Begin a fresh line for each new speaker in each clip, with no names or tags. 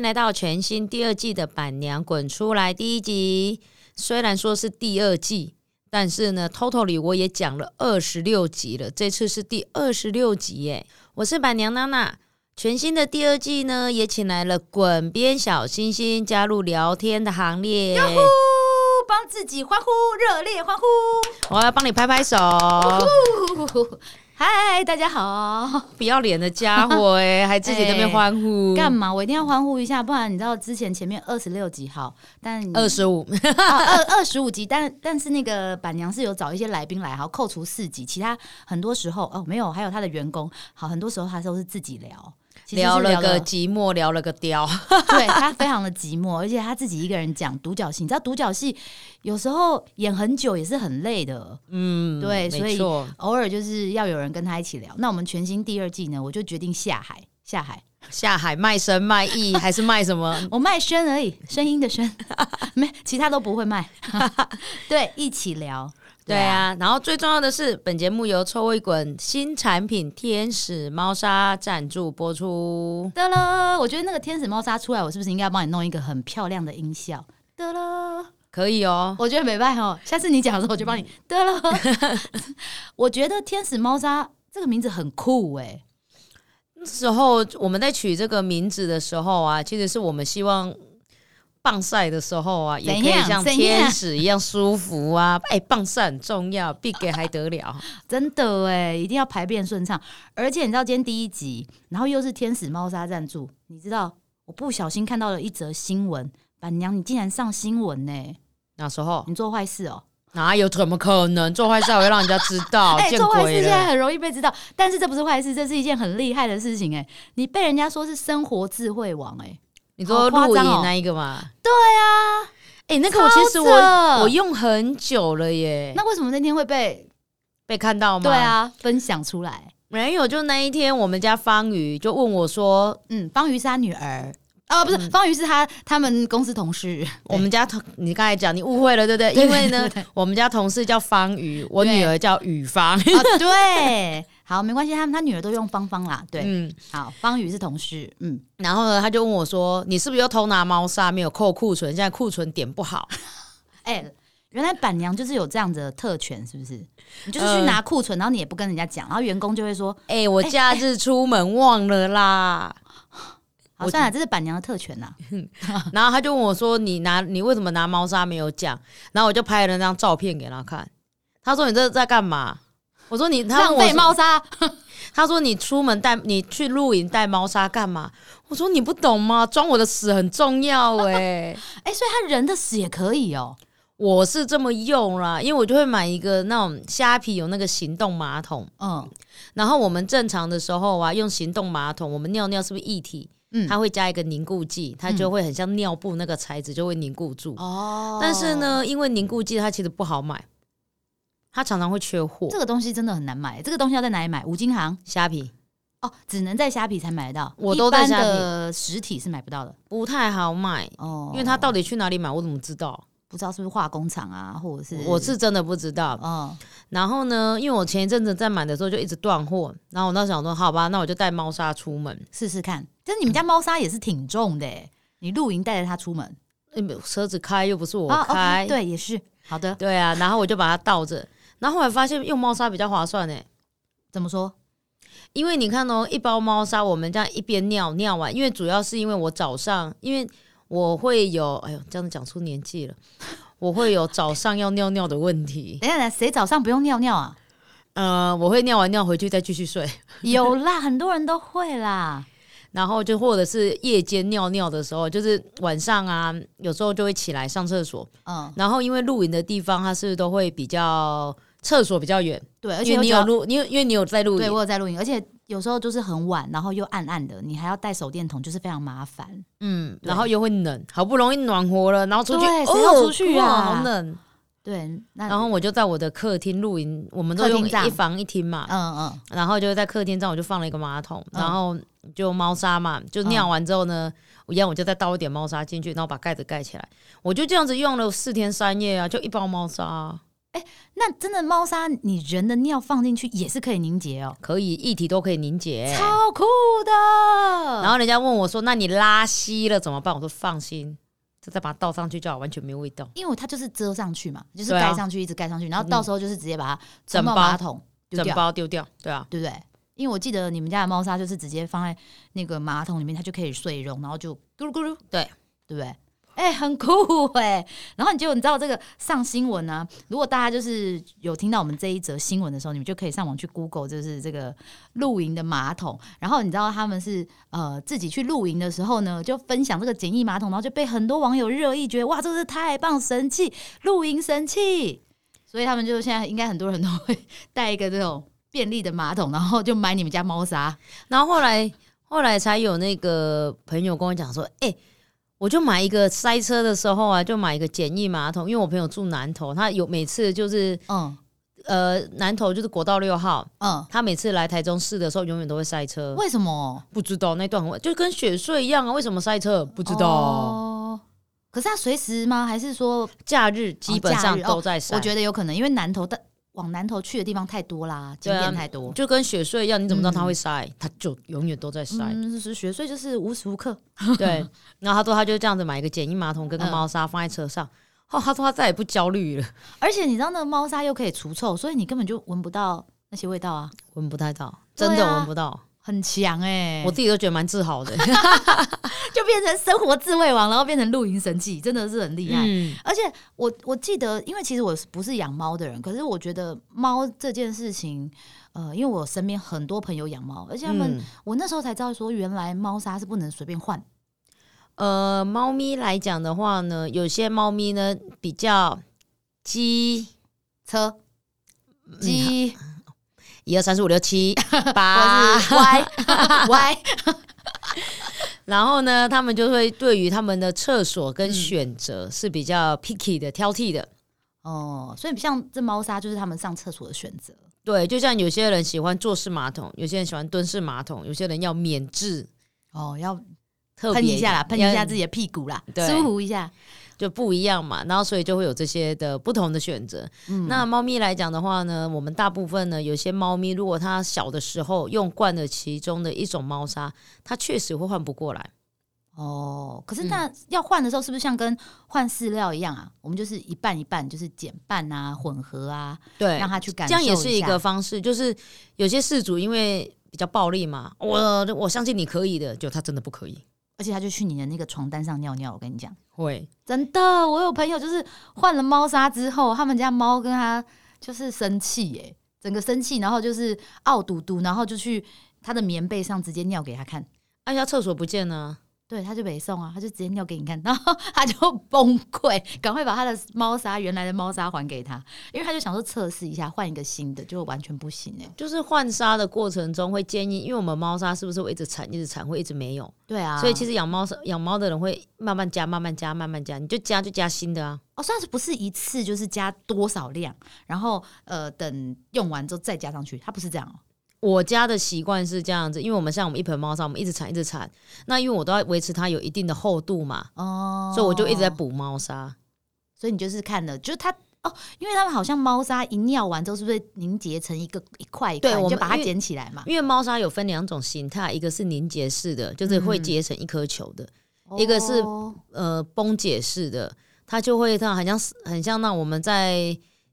来到全新第二季的《板娘滚出来》第一集。虽然说是第二季，但是呢，totally 我也讲了二十六集了，这次是第二十六集耶。我是板娘娜娜。全新的第二季呢，也请来了滚边小星星加入聊天的行列。
呼，帮自己欢呼，热烈欢呼！
我要帮你拍拍手，
呼嗨，大家好！
不要脸的家伙 哎、还自己在那边欢呼，
哎干嘛？我一定要欢呼一下，不然你知道之前前面二十六集好，但
二十五，
啊二二十五集，但但是那个板娘是有找一些来宾来，好扣除四集，其他很多时候哦没有，还有他的员工，好很多时候他都是自己聊，其实是
聊了
了
个寂寞，聊了个雕。
对他非常的寂寞，而且他自己一个人讲独角戏，你知道独角戏有时候演很久也是很累的，
嗯，
对所以
没错，
偶尔就是要有人跟他一起聊。那我们全新第二季呢，我就决定下海，下海，
下海卖身卖艺还是卖什么？
我卖身而已，声音的声， 没其他都不会卖。 对，一起聊。
对，啊，然后最重要的是，本节目由臭味滚新产品天使猫砂赞助播出。
得了，我觉得那个天使猫砂出来，我是不是应该帮你弄一个很漂亮的音效？得了。
可以哦，
我觉得没办法哦，下次你讲的时候我就帮你。得 了，我觉得天使猫砂这个名字很酷哎、
那时候我们在取这个名字的时候啊，其实是我们希望棒晒的时候啊，也可
怎
以
样
像
怎样
天使一样舒服啊。 哎，棒晒很重要，必给还得了。
真的哎，一定要排便顺畅。而且你知道今天第一集，然后又是天使猫砂赞助，你知道我不小心看到了一则新闻，板娘你竟然上新闻呢、
那时候
你做坏事哦、
哪有怎么可能做坏事还会让人家知 道？见
哎做坏事
鬼
现在
了！
很容易被知道，但是这不是坏事，这是一件很厉害的事情哎、你被人家说是生活智慧王哎、
你说
好夸
录影
张哦
那一个嘛？
对啊，
哎、那个我其实我
超扯
我用很久了耶，
那为什么那天会被
被看到吗？
对，啊分享出来？
没有，就那一天我们家方宇就问我说，
嗯，方瑜是他女儿。哦，不是，方瑜是他他们公司同 事。
我们家同你刚才讲你误会了，对不对？因为呢，我们家同事叫方宇，我
对
女儿叫雨芳。
哦，对，好，没关系，他们他女儿都用芳芳啦。对，
嗯，
好，方瑜是同事。嗯，
然后呢，他就问我说：“你是不是又偷拿猫砂，没有扣库存？现在库存点 不好。
哎、原来板娘就是有这样子的特权，是不是？你就是
呃
去拿库存，然后你也不跟人家讲，然后员工就会说
哎、我假日出门忘了啦。：“
好，
我
算了，这是板娘的特权啊呐、
然后他就问我说：“你拿你为什么拿猫砂没有讲？”然后我就拍了那张照片给他看。他说：“你这是在干嘛？”我说：“你他问
浪
我
费
说
猫砂。
他说：“你出门带你去露营带猫砂干嘛？”我说：“你不懂吗？装我的屎很重要哎、
哎、所以他人的屎也可以哦、
我是这么用啦，因为我就会买一个那种虾皮有那个行动马桶，然后我们正常的时候啊，用行动马桶，我们尿尿是不是液体？
嗯
它会加一个凝固剂，它就会很像尿布那个材质就会凝固住
嗯，。哦
但是，呢，因为凝固剂它其实不好买，它常常会缺货。
这个东西真的很难买，这个东西要在哪里买？五金行
虾皮
哦，只能在虾皮才买得到，
我都在
一般
虾皮
的实体是买不到的。
不太好买，
哦，
因为它到底去哪里买，我怎么知道？
不知道是不是化工厂啊，或者是
我是真的不知道。
嗯
然后呢，因为我前一阵子在买的时候就一直断货，然后我那时候想说，好吧，那我就带猫砂出门。
试试看。但是
嗯
你们家猫砂也是挺重的欸，你露营带着它出门，
嗯车子开又不是我
啊，OK，
开，
对，也是好的。
对啊，然后我就把它倒着。然后后来发现用猫砂比较划算欸呢，
怎么说？
因为你看哦，一包猫砂我们这样一边尿尿完，因为主要是因为我早上，因为我会有，哎呦，这样子讲出年纪了，我会有早上要尿尿的问题。
等一下，等一下谁早上不用尿尿啊？
呃，我会尿完尿回去再继续睡，
有啦，很多人都会啦。
然后就或者是夜间尿尿的时候，就是晚上啊，有时候就会起来上厕所。
嗯，
然后因为露营的地方，它是不是都会比较厕所比较远，
对，而
因
且
为你
有
有
时候
露，因为因为你有在露
对
营
我，有在露营，而且有时候就是很晚，然后又暗暗的，你还要带手电筒，就是非常麻烦。
嗯，
对
然后又会冷，好不容易暖和了，然后出去，
对
哦
谁要出去啊
哇好冷。
对，那
然后我就在我的客厅露营，我们都
客
用
厅帐
一房一厅嘛，
嗯嗯，
然后就在客厅上我就放了一个马桶，
嗯
然后就猫砂嘛，就尿完之后呢，我一样我就再倒一点猫砂进去，然后把盖子盖起来，我就这样子用了四天三夜啊，就一包猫砂啊，
那真的猫砂，你人的尿放进去也是可以凝结哦，
可以液体都可以凝结。
超酷的。
然后人家问我说：“那你拉稀了怎么办？”我说：“放心，就再把它倒上去就好，完全没味道。
因为它就是遮上去嘛，就是
对啊
盖上去，一直盖上去，然后到时候就是直接把它
整
冲到
包
马桶丢
整
掉，
包丢掉，对啊，
对不对？因为我记得你们家的猫砂就是直接放在那个马桶里面，它就可以水溶，然后就咕噜咕噜，
对
对不对？哎、很酷哎、然后你就你知道这个上新闻啊，如果大家就是有听到我们这一则新闻的时候，你们就可以上网去 Google，就是这个露营的马桶。然后你知道他们是呃自己去露营的时候呢，就分享这个简易马桶，然后就被很多网友热议，觉得哇，这是太棒，神器，露营神器。所以他们就现在应该很多人都会带一个这种便利的马桶，然后就买你们家猫砂。
然后后来后来才有那个朋友跟我讲说，哎、我就买一个塞车的时候啊，就买一个简易马桶，因为我朋友住南头，他有每次就是
嗯
呃南头就是国道六号，
嗯，
他每次来台中市的时候永远都会塞车，
为什么？
不知道那段很就跟雪隧一样啊，为什么塞车不知道，
哦可是它随时吗？还是说
假日基本
假
上
日哦
都在塞，
我觉得有可能，因为南头的往南头去的地方太多啦，景
对啊
点太多。
就跟雪隧一样，你怎么知道它会塞？它就永远都在塞。
嗯，就是学，所以就是无时无刻。
对，然后他说他就这样子买一个简易马桶跟个
嗯
猫砂放在车上。哦，他说他再也不焦虑了，
而且你知道那个猫砂又可以除臭，所以你根本就闻不到那些味道啊，
闻不太到，
对啊
真的闻不到，
很强哎、
我自己都觉得蛮自 豪的。
就变成生活自慰王，然后变成露营神器，真的是很厉害。
嗯，
而且我我记得，因为其实我是不是养猫的人，可是我觉得猫这件事情，呃，因为我身边很多朋友养猫，而且他们、
嗯
我那时候才知道说，原来猫砂是不能随便换。
呃，猫咪来讲的话呢，有些猫咪呢比较鸡，
车、嗯鸡、
一二三四五六 七
或
八，
是歪歪，
然后呢，他们就会对于他们的厕所
嗯
跟选择是比较 picky 的、挑剔的。
哦，所以像这猫砂就是他们上厕所的选择。
对，就像有些人喜欢坐式马桶，有些人喜欢蹲式马桶，有些人要免治，
哦，要
特别
喷一下啦，
的
喷一下
要
自己的屁股啦，
对
舒服一下。
就不一样嘛，然后所以就会有这些的不同的选择。
嗯
那猫咪来讲的话呢，我们大部分呢，有些猫咪如果它小的时候用惯了其中的一种猫砂，它确实会换不过来。
哦，可是那要换的时候，是不是像跟换饲料一样啊？我们就是一半一半，就是减半啊，混合啊，
对
让它去感
这
受
样也是一
下
个方式，就是有些事主因为比较暴力嘛，我我相信你可以的，就他真的不可以，
而且他就去你的那个床单上尿尿。我跟你讲，
会
真的，我有朋友就是换了猫砂之后，他们家猫跟他就是生气耶、整个生气，然后就是傲嘟嘟，然后就去他的棉被上直接尿给他看。
按下厕所不见呢、
对，他就没送啊，他就直接尿给你看，然后他就崩溃，赶快把他的猫砂原来的猫砂还给他，因为他就想说测试一下，换一个新的，就完全不行哎、
就是换砂的过程中会建议，因为我们猫砂是不是会一直铲、一直铲，会一直没有，
对啊，
所以其
实
实养猫养猫的人会慢慢加、慢慢加、慢慢加，你就加就加新的啊。
哦，算是不是一次就是加多少量，然后呃等用完之后再加上去，他不是这样哦、
我家的习惯是这样子，因为我们像我们一盆猫砂，我们一直铲一直铲，那因为我都要维持它有一定的厚度嘛，
哦，
所以我就一直在，补猫砂。
所以你就是看了，就是它哦，因为他们好像猫砂一尿完之后，是不是凝结成一个一块一块，
对
你
我
就
们
把它
因为
捡起来嘛？
因为猫砂有分两种形态，一个是凝结式的，就是会结成一颗球的，一个是
哦
呃，崩解式的，它就会它很像很像那我们在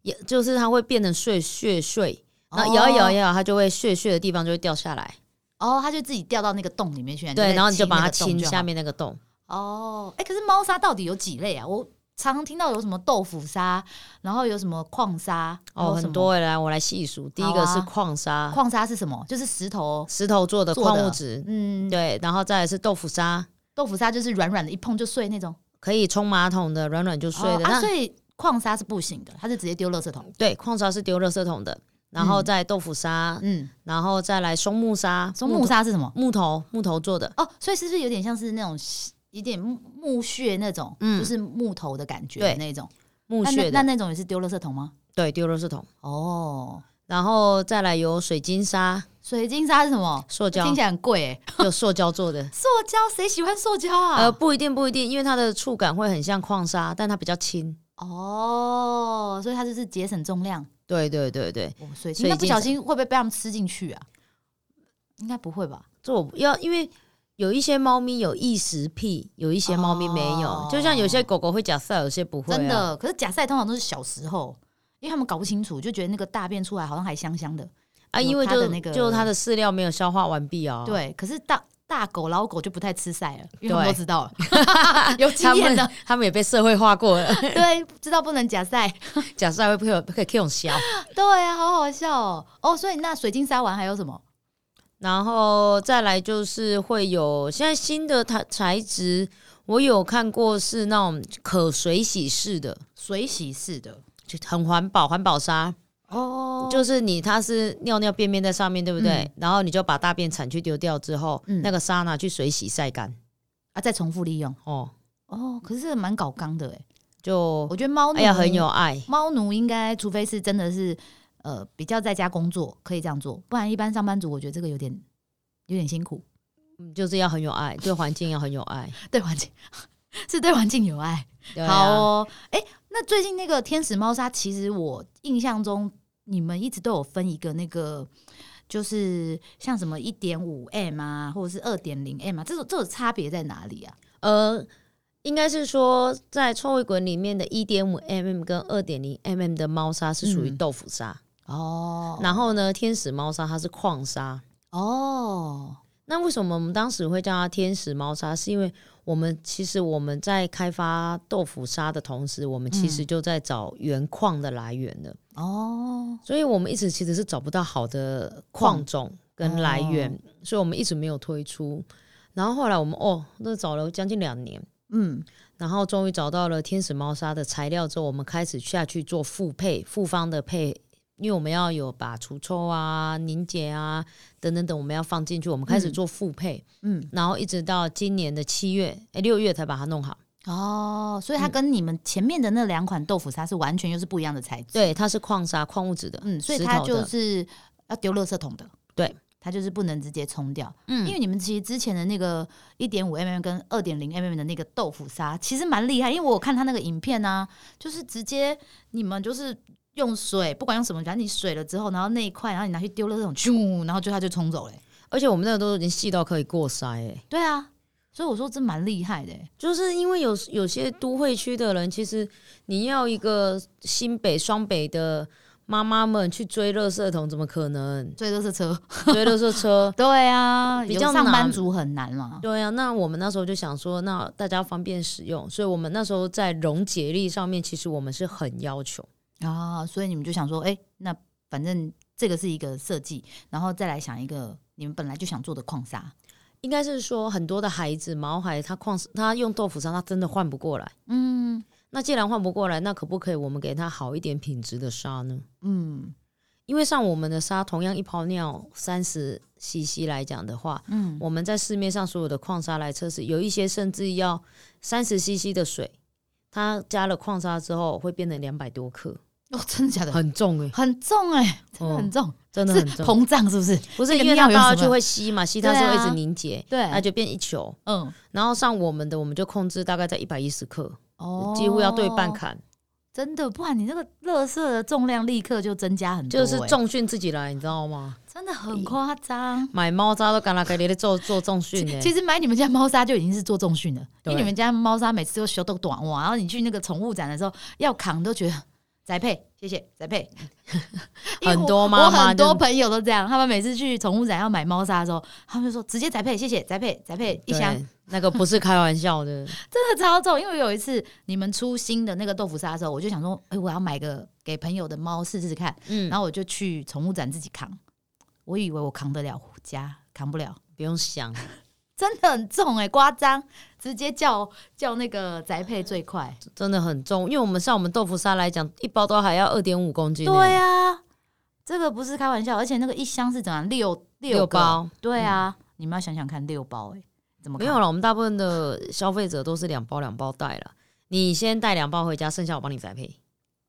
也就是它会变成碎屑碎，然后摇一摇一摇，它就会碎屑的地方就会掉下来，
哦，它就自己掉到那个洞里面去，
对，然后你就把它
清那个洞
清
就好
下面那个洞。
哦，哎、可是猫砂到底有几类啊？我常常听到有什么豆腐砂，然后有什么矿砂，然
哦，
后什
很
么
多欸来，我来细数。第一个
好
是
啊
矿砂，
矿砂是什么？就是石头，
石头做的
做的
矿物质，
嗯，
对，然后再来是豆腐砂，
豆腐砂就是软软的，一碰就碎那种。
可以冲马桶的，软软就碎
哦
的。
啊，
那
所以矿砂是不行的，它是直接丢垃圾桶。
对，矿砂是丢垃圾桶的，然后
嗯
再豆腐砂，
嗯，
然后再来松木砂，
松木
头
砂是什么？
木头木头做的，
哦，所以是不是有点像是那种有点木木屑那种，
嗯
就是木头的感觉
对
的那种？
木
啊那
屑
那那
的，
那种也是丢垃圾桶吗？
对，丢垃圾桶。
哦，
然后再来有水晶砂，
水晶砂是什么？
塑胶
听起来很贵、欸，
有塑胶做 的，
塑胶谁喜欢塑胶啊？
呃，不一定不一定，因为它的触感会很像矿砂，但它比较轻。
哦，所以它就是节省重量。
对对对对，
哦，水
所以
晶那不
已经
小
是
心会不会被它们吃进去啊？应该不会吧？
这我不要，因为有一些猫咪有异食癖，有一些猫咪没有。
哦
就像有些狗狗会假赛，有些不会、啊。
真，的，可是假赛通常都是小时候，因为他们搞不清楚，就觉得那个大便出来好像还香香的。
啊，
有
因为
它
就
的那个
就它的饲料没有消化完毕哦。，
对，可是大大狗老狗就不太吃赛了，因为他
对
们都知道了， 有经
他
验
们
的，
他们也被社会化过了，
对，知道不能假赛。
假赛会不会可以用消。
对啊，好好笑哦。哦，所以那水晶沙丸还有什么？
然后再来就是会有现在新的材材质，我有看过是那种可水洗式的，
水洗式的
就很环保，环保沙。
哦
就是你它是尿尿便便在上面，对不对？
嗯
然后你就把大便铲去丢掉之后，
嗯
那个沙拿去水洗晒干，
啊，再重复利用
哦，
哦。可是这蛮搞刚的哎，
就
我觉得猫奴
哎呀很有爱，
猫奴应该，除非是真的是呃比较在家工作可以这样做，不然一般上班族我觉得这个有点有点辛苦，
嗯就是要很有爱， 对环境要很有爱。
对环境 是对环境有爱。
对啊
好哦，哎、那最近那个天使猫砂，其实我印象中你们一直都有分一个那个，就是像什么一点五 m 啊，或者是二点零 m 啊，这种这种差别在哪里啊？
呃，应该是说在臭味滚里面的1.5 mm 跟2.0 mm 的猫砂是属于
嗯
豆腐砂，
哦，
然后呢，天使猫砂它是矿砂。
哦，
那为什么我们当时会叫它天使猫砂？是因为我们其实我们在开发豆腐砂的同时，我们其实就在找原矿的来源了，
哦，
所以我们一直其实是找不到好的矿种跟来源，所以我们一直没有推出。然后后来我们哦，那找了将近两年，
嗯，
然后终于找到了天使猫砂的材料之后，我们开始下去做复配复方的配，因为我们要有把除臭啊、凝结啊等等等，我们要放进去，我们开始
嗯
做复配，
嗯，
然后一直到今年的七月、哎六月才把它弄好。
哦，所以它跟你们前面的那两款豆腐砂是完全又是不一样的材质，
对，它是矿砂、矿物质的，
嗯，所以
石
它
头
就
的
是要丢垃圾桶的，
对，
它就是不能直接冲掉，
嗯
因为你们其实之前的那个一点五 mm 跟二点零 mm 的那个豆腐砂，其实蛮厉害，因为我有看他那个影片啊，就是直接你们就是用水，不管用什么，反正你水了之后，然后那一块，然后你拿去丢了这种，咻，然后就它就冲走了欸、
而且我们那个都已经细到可以过筛、哎，
对啊，所以我说这蛮厉害的欸、
就是因为有有些都会区的人，其实你要一个新北、双北的妈妈们去追垃圾桶，怎么 可能
所以都是车，
追垃圾车？
对啊，
比
有
较
上班
难
族很难啦。
对啊，那我们那时候就想说，那大家方便使用，所以我们那时候在溶解力上面，其实我们是很要求。
啊，所以你们就想说，哎、那反正这个是一个设计，然后再来想一个你们本来就想做的矿砂，
应该是说，很多的孩子毛孩，他矿他用豆腐砂，他真的换不过来。
嗯
那既然换不过来，那可不可以我们给他好一点品质的沙呢？
嗯
因为像我们的沙，同样一泡尿三十 CC 来讲的话，
嗯，
我们在市面上所有的矿砂来测试，有一些甚至要三十 CC 的水，它加了矿砂之后会变成两百多克，
哦，真的假的？
很重哎、
很重哎、真的
哦
很重，
真的
是
很重。
膨胀是不是？
不是
那个
因为
尿
它
有
倒下
什
去
么
会吸嘛，吸它
对
是
啊
会一直凝结，
对
那就变一球。
嗯，
然后像我们的，我们就控制大概在一百一十克，
哦
几乎要对半，砍，
真的，不然你那个垃圾的重量立刻就增加很多、
就是
哎，
重训自己来，你知道吗？
真的很夸张。
买猫砂都干啦，给你做做重训呢、
其实买你们家猫砂就已经是做重训了，因
对
为你们家猫砂每次都修都短袜，然后你去那个宠物展的时候要扛都觉得宅配，谢谢宅配。 因为我
很多妈妈
我很多
真的
朋友都这样，他们每次去宠物展要买猫砂的时候，他们就说直接宅配，谢谢宅配宅配一
对
箱，
那个不是开玩 笑的，
真的超重。因为有一次你们出新的那个豆腐砂的时候，我就想说，哎、我要买个给朋友的猫试试看，
嗯，
然后我就去宠物展自己扛，我以为我扛得了家，扛不了。
不用想，
真的很重哎、夸张，直接叫叫那个宅配最快。
真的很重，因为我们像我们豆腐砂来讲，一包都还要二点五公斤、欸
对
呀、
啊，这个不是开玩笑，而且那个一箱是怎样六
六
个，
包嗯
对啊，你们要想想看六包哎、怎么
没
扛
有？了。我们大部分的消费者都是两包两包带了，你先带两包回家，剩下我帮你宅配。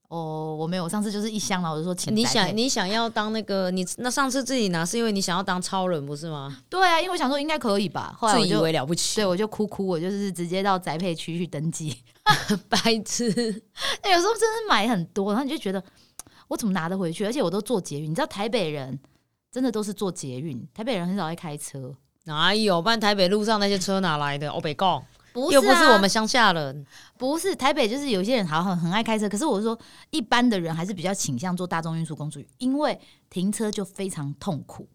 哦，我没有，我上次就是一箱，然后我就说请
你
宅配
想你想要当那个你那上次自己拿是因为你想要当超人不是吗？
对啊，因为我想说应该可以吧，后来我
自以
就
为了不起，
对我就哭哭，我就是直接到宅配区去登记。
白痴。
哎、有时候真的买很多，然后你就觉得我怎么拿得回去？而且我都坐捷运，你知道台北人真的都是坐捷运，台北人很少会开车，
哪有？不然台北路上那些车哪来的？哦，北贡、
不
又不
是
是
啊
我们乡下人，
不是台北，就是有些人好像很爱开车，可是我是说一般的人还是比较倾向坐大众运输工具，因为停车就非常痛苦，
哦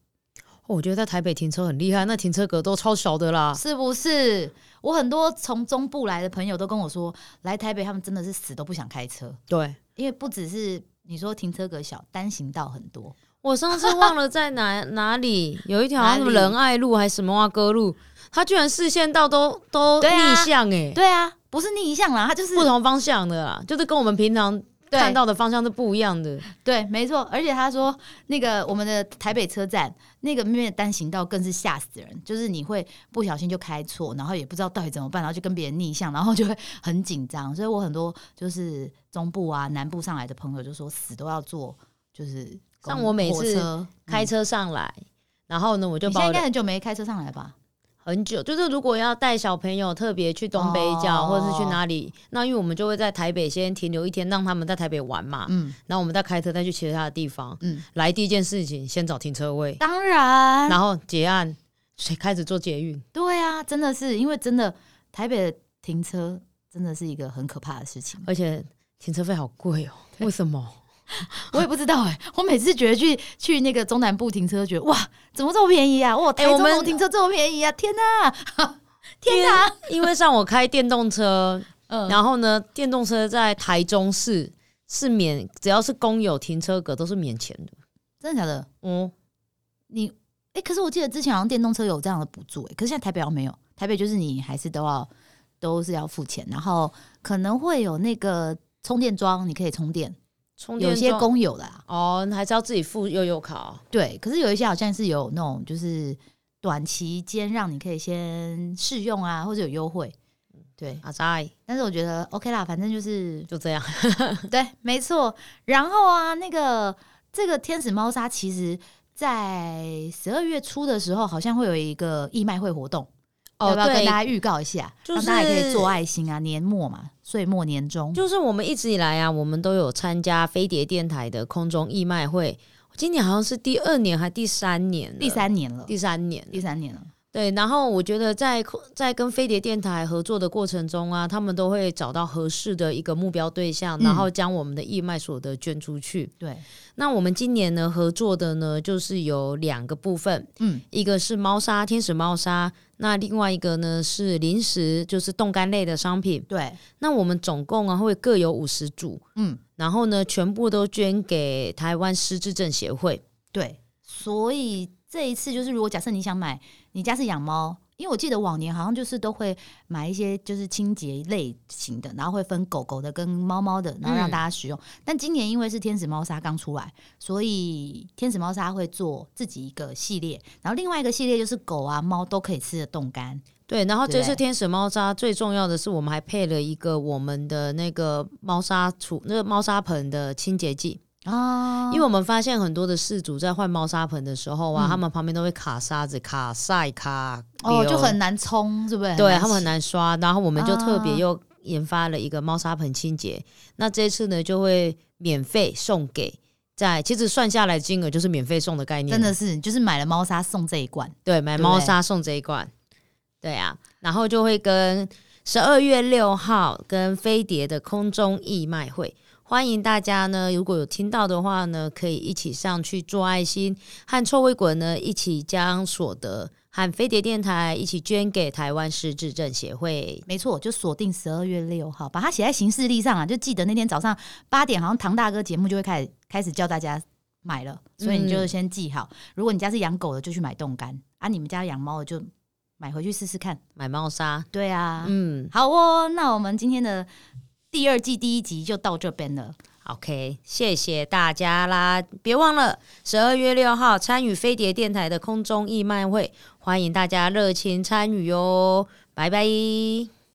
我觉得在台北停车很厉害，那停车格都超小的啦。
是不是？我很多从中部来的朋友都跟我说，来台北他们真的是死都不想开车，
对
因为不只是你说停车格小，单行道很多，
我上次忘了在哪哪里有一条
哪
好
里
像什么仁爱路还是什么啊哥路，它居然视线道都都
对啊
逆向哎、
对啊，不是逆向啦，它就是
不同方向的啦，就是跟我们平常
对嗯
看到的方向是不一样的。
对，没错。而且他说，那个我们的台北车站那个面单行道更是吓死人，就是你会不小心就开错，然后也不知道到底怎么办，然后就跟别人逆向，然后就会很紧张。所以我很多就是中部啊、南部上来的朋友就说，死都要坐，就是
像我每
火
次
车
开
嗯
车上来，然后呢，我就
你现
把
在
我
应
的
该很久没开车上来吧？
很久，就是如果要带小朋友特别去东北角、
哦
或者是去哪里，那因为我们就会在台北先停留一天，让他们在台北玩嘛，
嗯
然后我们再开车再去其他的地方。
嗯，
来第一件事情，先找停车位，
当然，
然后结案，谁开始做捷运？
对啊，真的是因为真的台北的停车真的是一个很可怕的事情。
而且停车费好贵哦、为什么？
我也不知道哎、我每次觉得去去那个中南部停车，觉得哇，怎么这么便宜啊？哇，台
哎我
中
们
那种停车这么便宜啊！天哪、天哪、
因为像我开电动车，
嗯，
然后呢，电动车在台中市是免，只要是公有停车格都是免钱的。
真的假的？
嗯，
你哎、可是我记得之前好像电动车有这样的补助哎、可是现在台北好像没有，台北就是你还是都要都是要付钱，然后可能会有那个充电桩，你可以充电，
充
有
电
些
桩
公有的啦，
哦，还是要自己付悠悠卡哦、
对，可是有一些好像是有那种就是短期间让你可以先试用啊，或者有优惠，
嗯
对。
阿仔
但是我觉得 OK 啦，反正就是
就这样。
对，没错。然后啊，那个这个天使猫砂，其实在十二月初的时候，好像会有一个义卖会活动，
哦
要不要跟大家预告一下？
就
让大家也可以
是
做爱心啊，年末嘛，岁末年终，
就是我们一直以来啊，我们都有参加飞碟电台的空中义卖会，今年好像是第二年还第三年了，
第三年了，
第三年了
第三年了，
对，然后我觉得在在跟飞碟电台合作的过程中啊，他们都会找到合适的一个目标对象，
嗯
然后将我们的义卖所得捐出去。
对，
那我们今年呢合作的呢，就是有两个部分，
嗯，
一个是猫砂天使猫砂，那另外一个呢是零食，就是冻干类的商品。
对，
那我们总共啊会各有五十组，
嗯，
然后呢全部都捐给台湾失智症协会。
对，所以这一次就是，如果假设你想买，你家是养猫，因为我记得往年好像就是都会买一些就是清洁类型的，然后会分狗狗的跟猫猫的，然后让
嗯
大家使用。但今年因为是天使猫砂刚出来，所以天使猫砂会做自己一个系列，然后另外一个系列就是狗啊猫都可以吃的冻干，
对，然后这
对
次天使猫砂最重要的是，我们还配了一个我们的那个猫砂除那个猫砂盆的清洁剂，
啊，
因为我们发现很多的饲主在换猫砂盆的时候啊，
嗯
他们旁边都会卡沙子、卡晒、卡
哦
流
就很难冲，是不是？
对他们
很
很
难
难刷，然后我们就特别
啊
又研发了一个猫砂盆清洁，那这次呢就会免费送给。在其实算下来金额就是免费送的概
洗
念，
真的是就是买了猫砂送这一罐，
对，买
对不
猫
对
砂送这一罐，对啊，然后就会跟十二月六号跟飞碟的空中义卖会，欢迎大家呢，如果有听到的话呢，可以一起上去做爱心，和臭味滚呢一起将所得和飞碟电台一起捐给台湾失智症协会。
没错，就锁定十二月六号，把它写在行事历上啊，就记得那天早上八点，好像唐大哥节目就会开始开始叫大家买了，所以你就
嗯
先记好。如果你家是养狗的，就去买冻干啊；你们家养猫的就买回去试试看。
买猫砂，
对啊，
嗯
好哦，那我们今天的第二季第一集就到这边了。
，OK，谢谢大家啦！别忘了十二月六号参与飞碟电台的空中义卖会，欢迎大家热情参与哦，拜拜。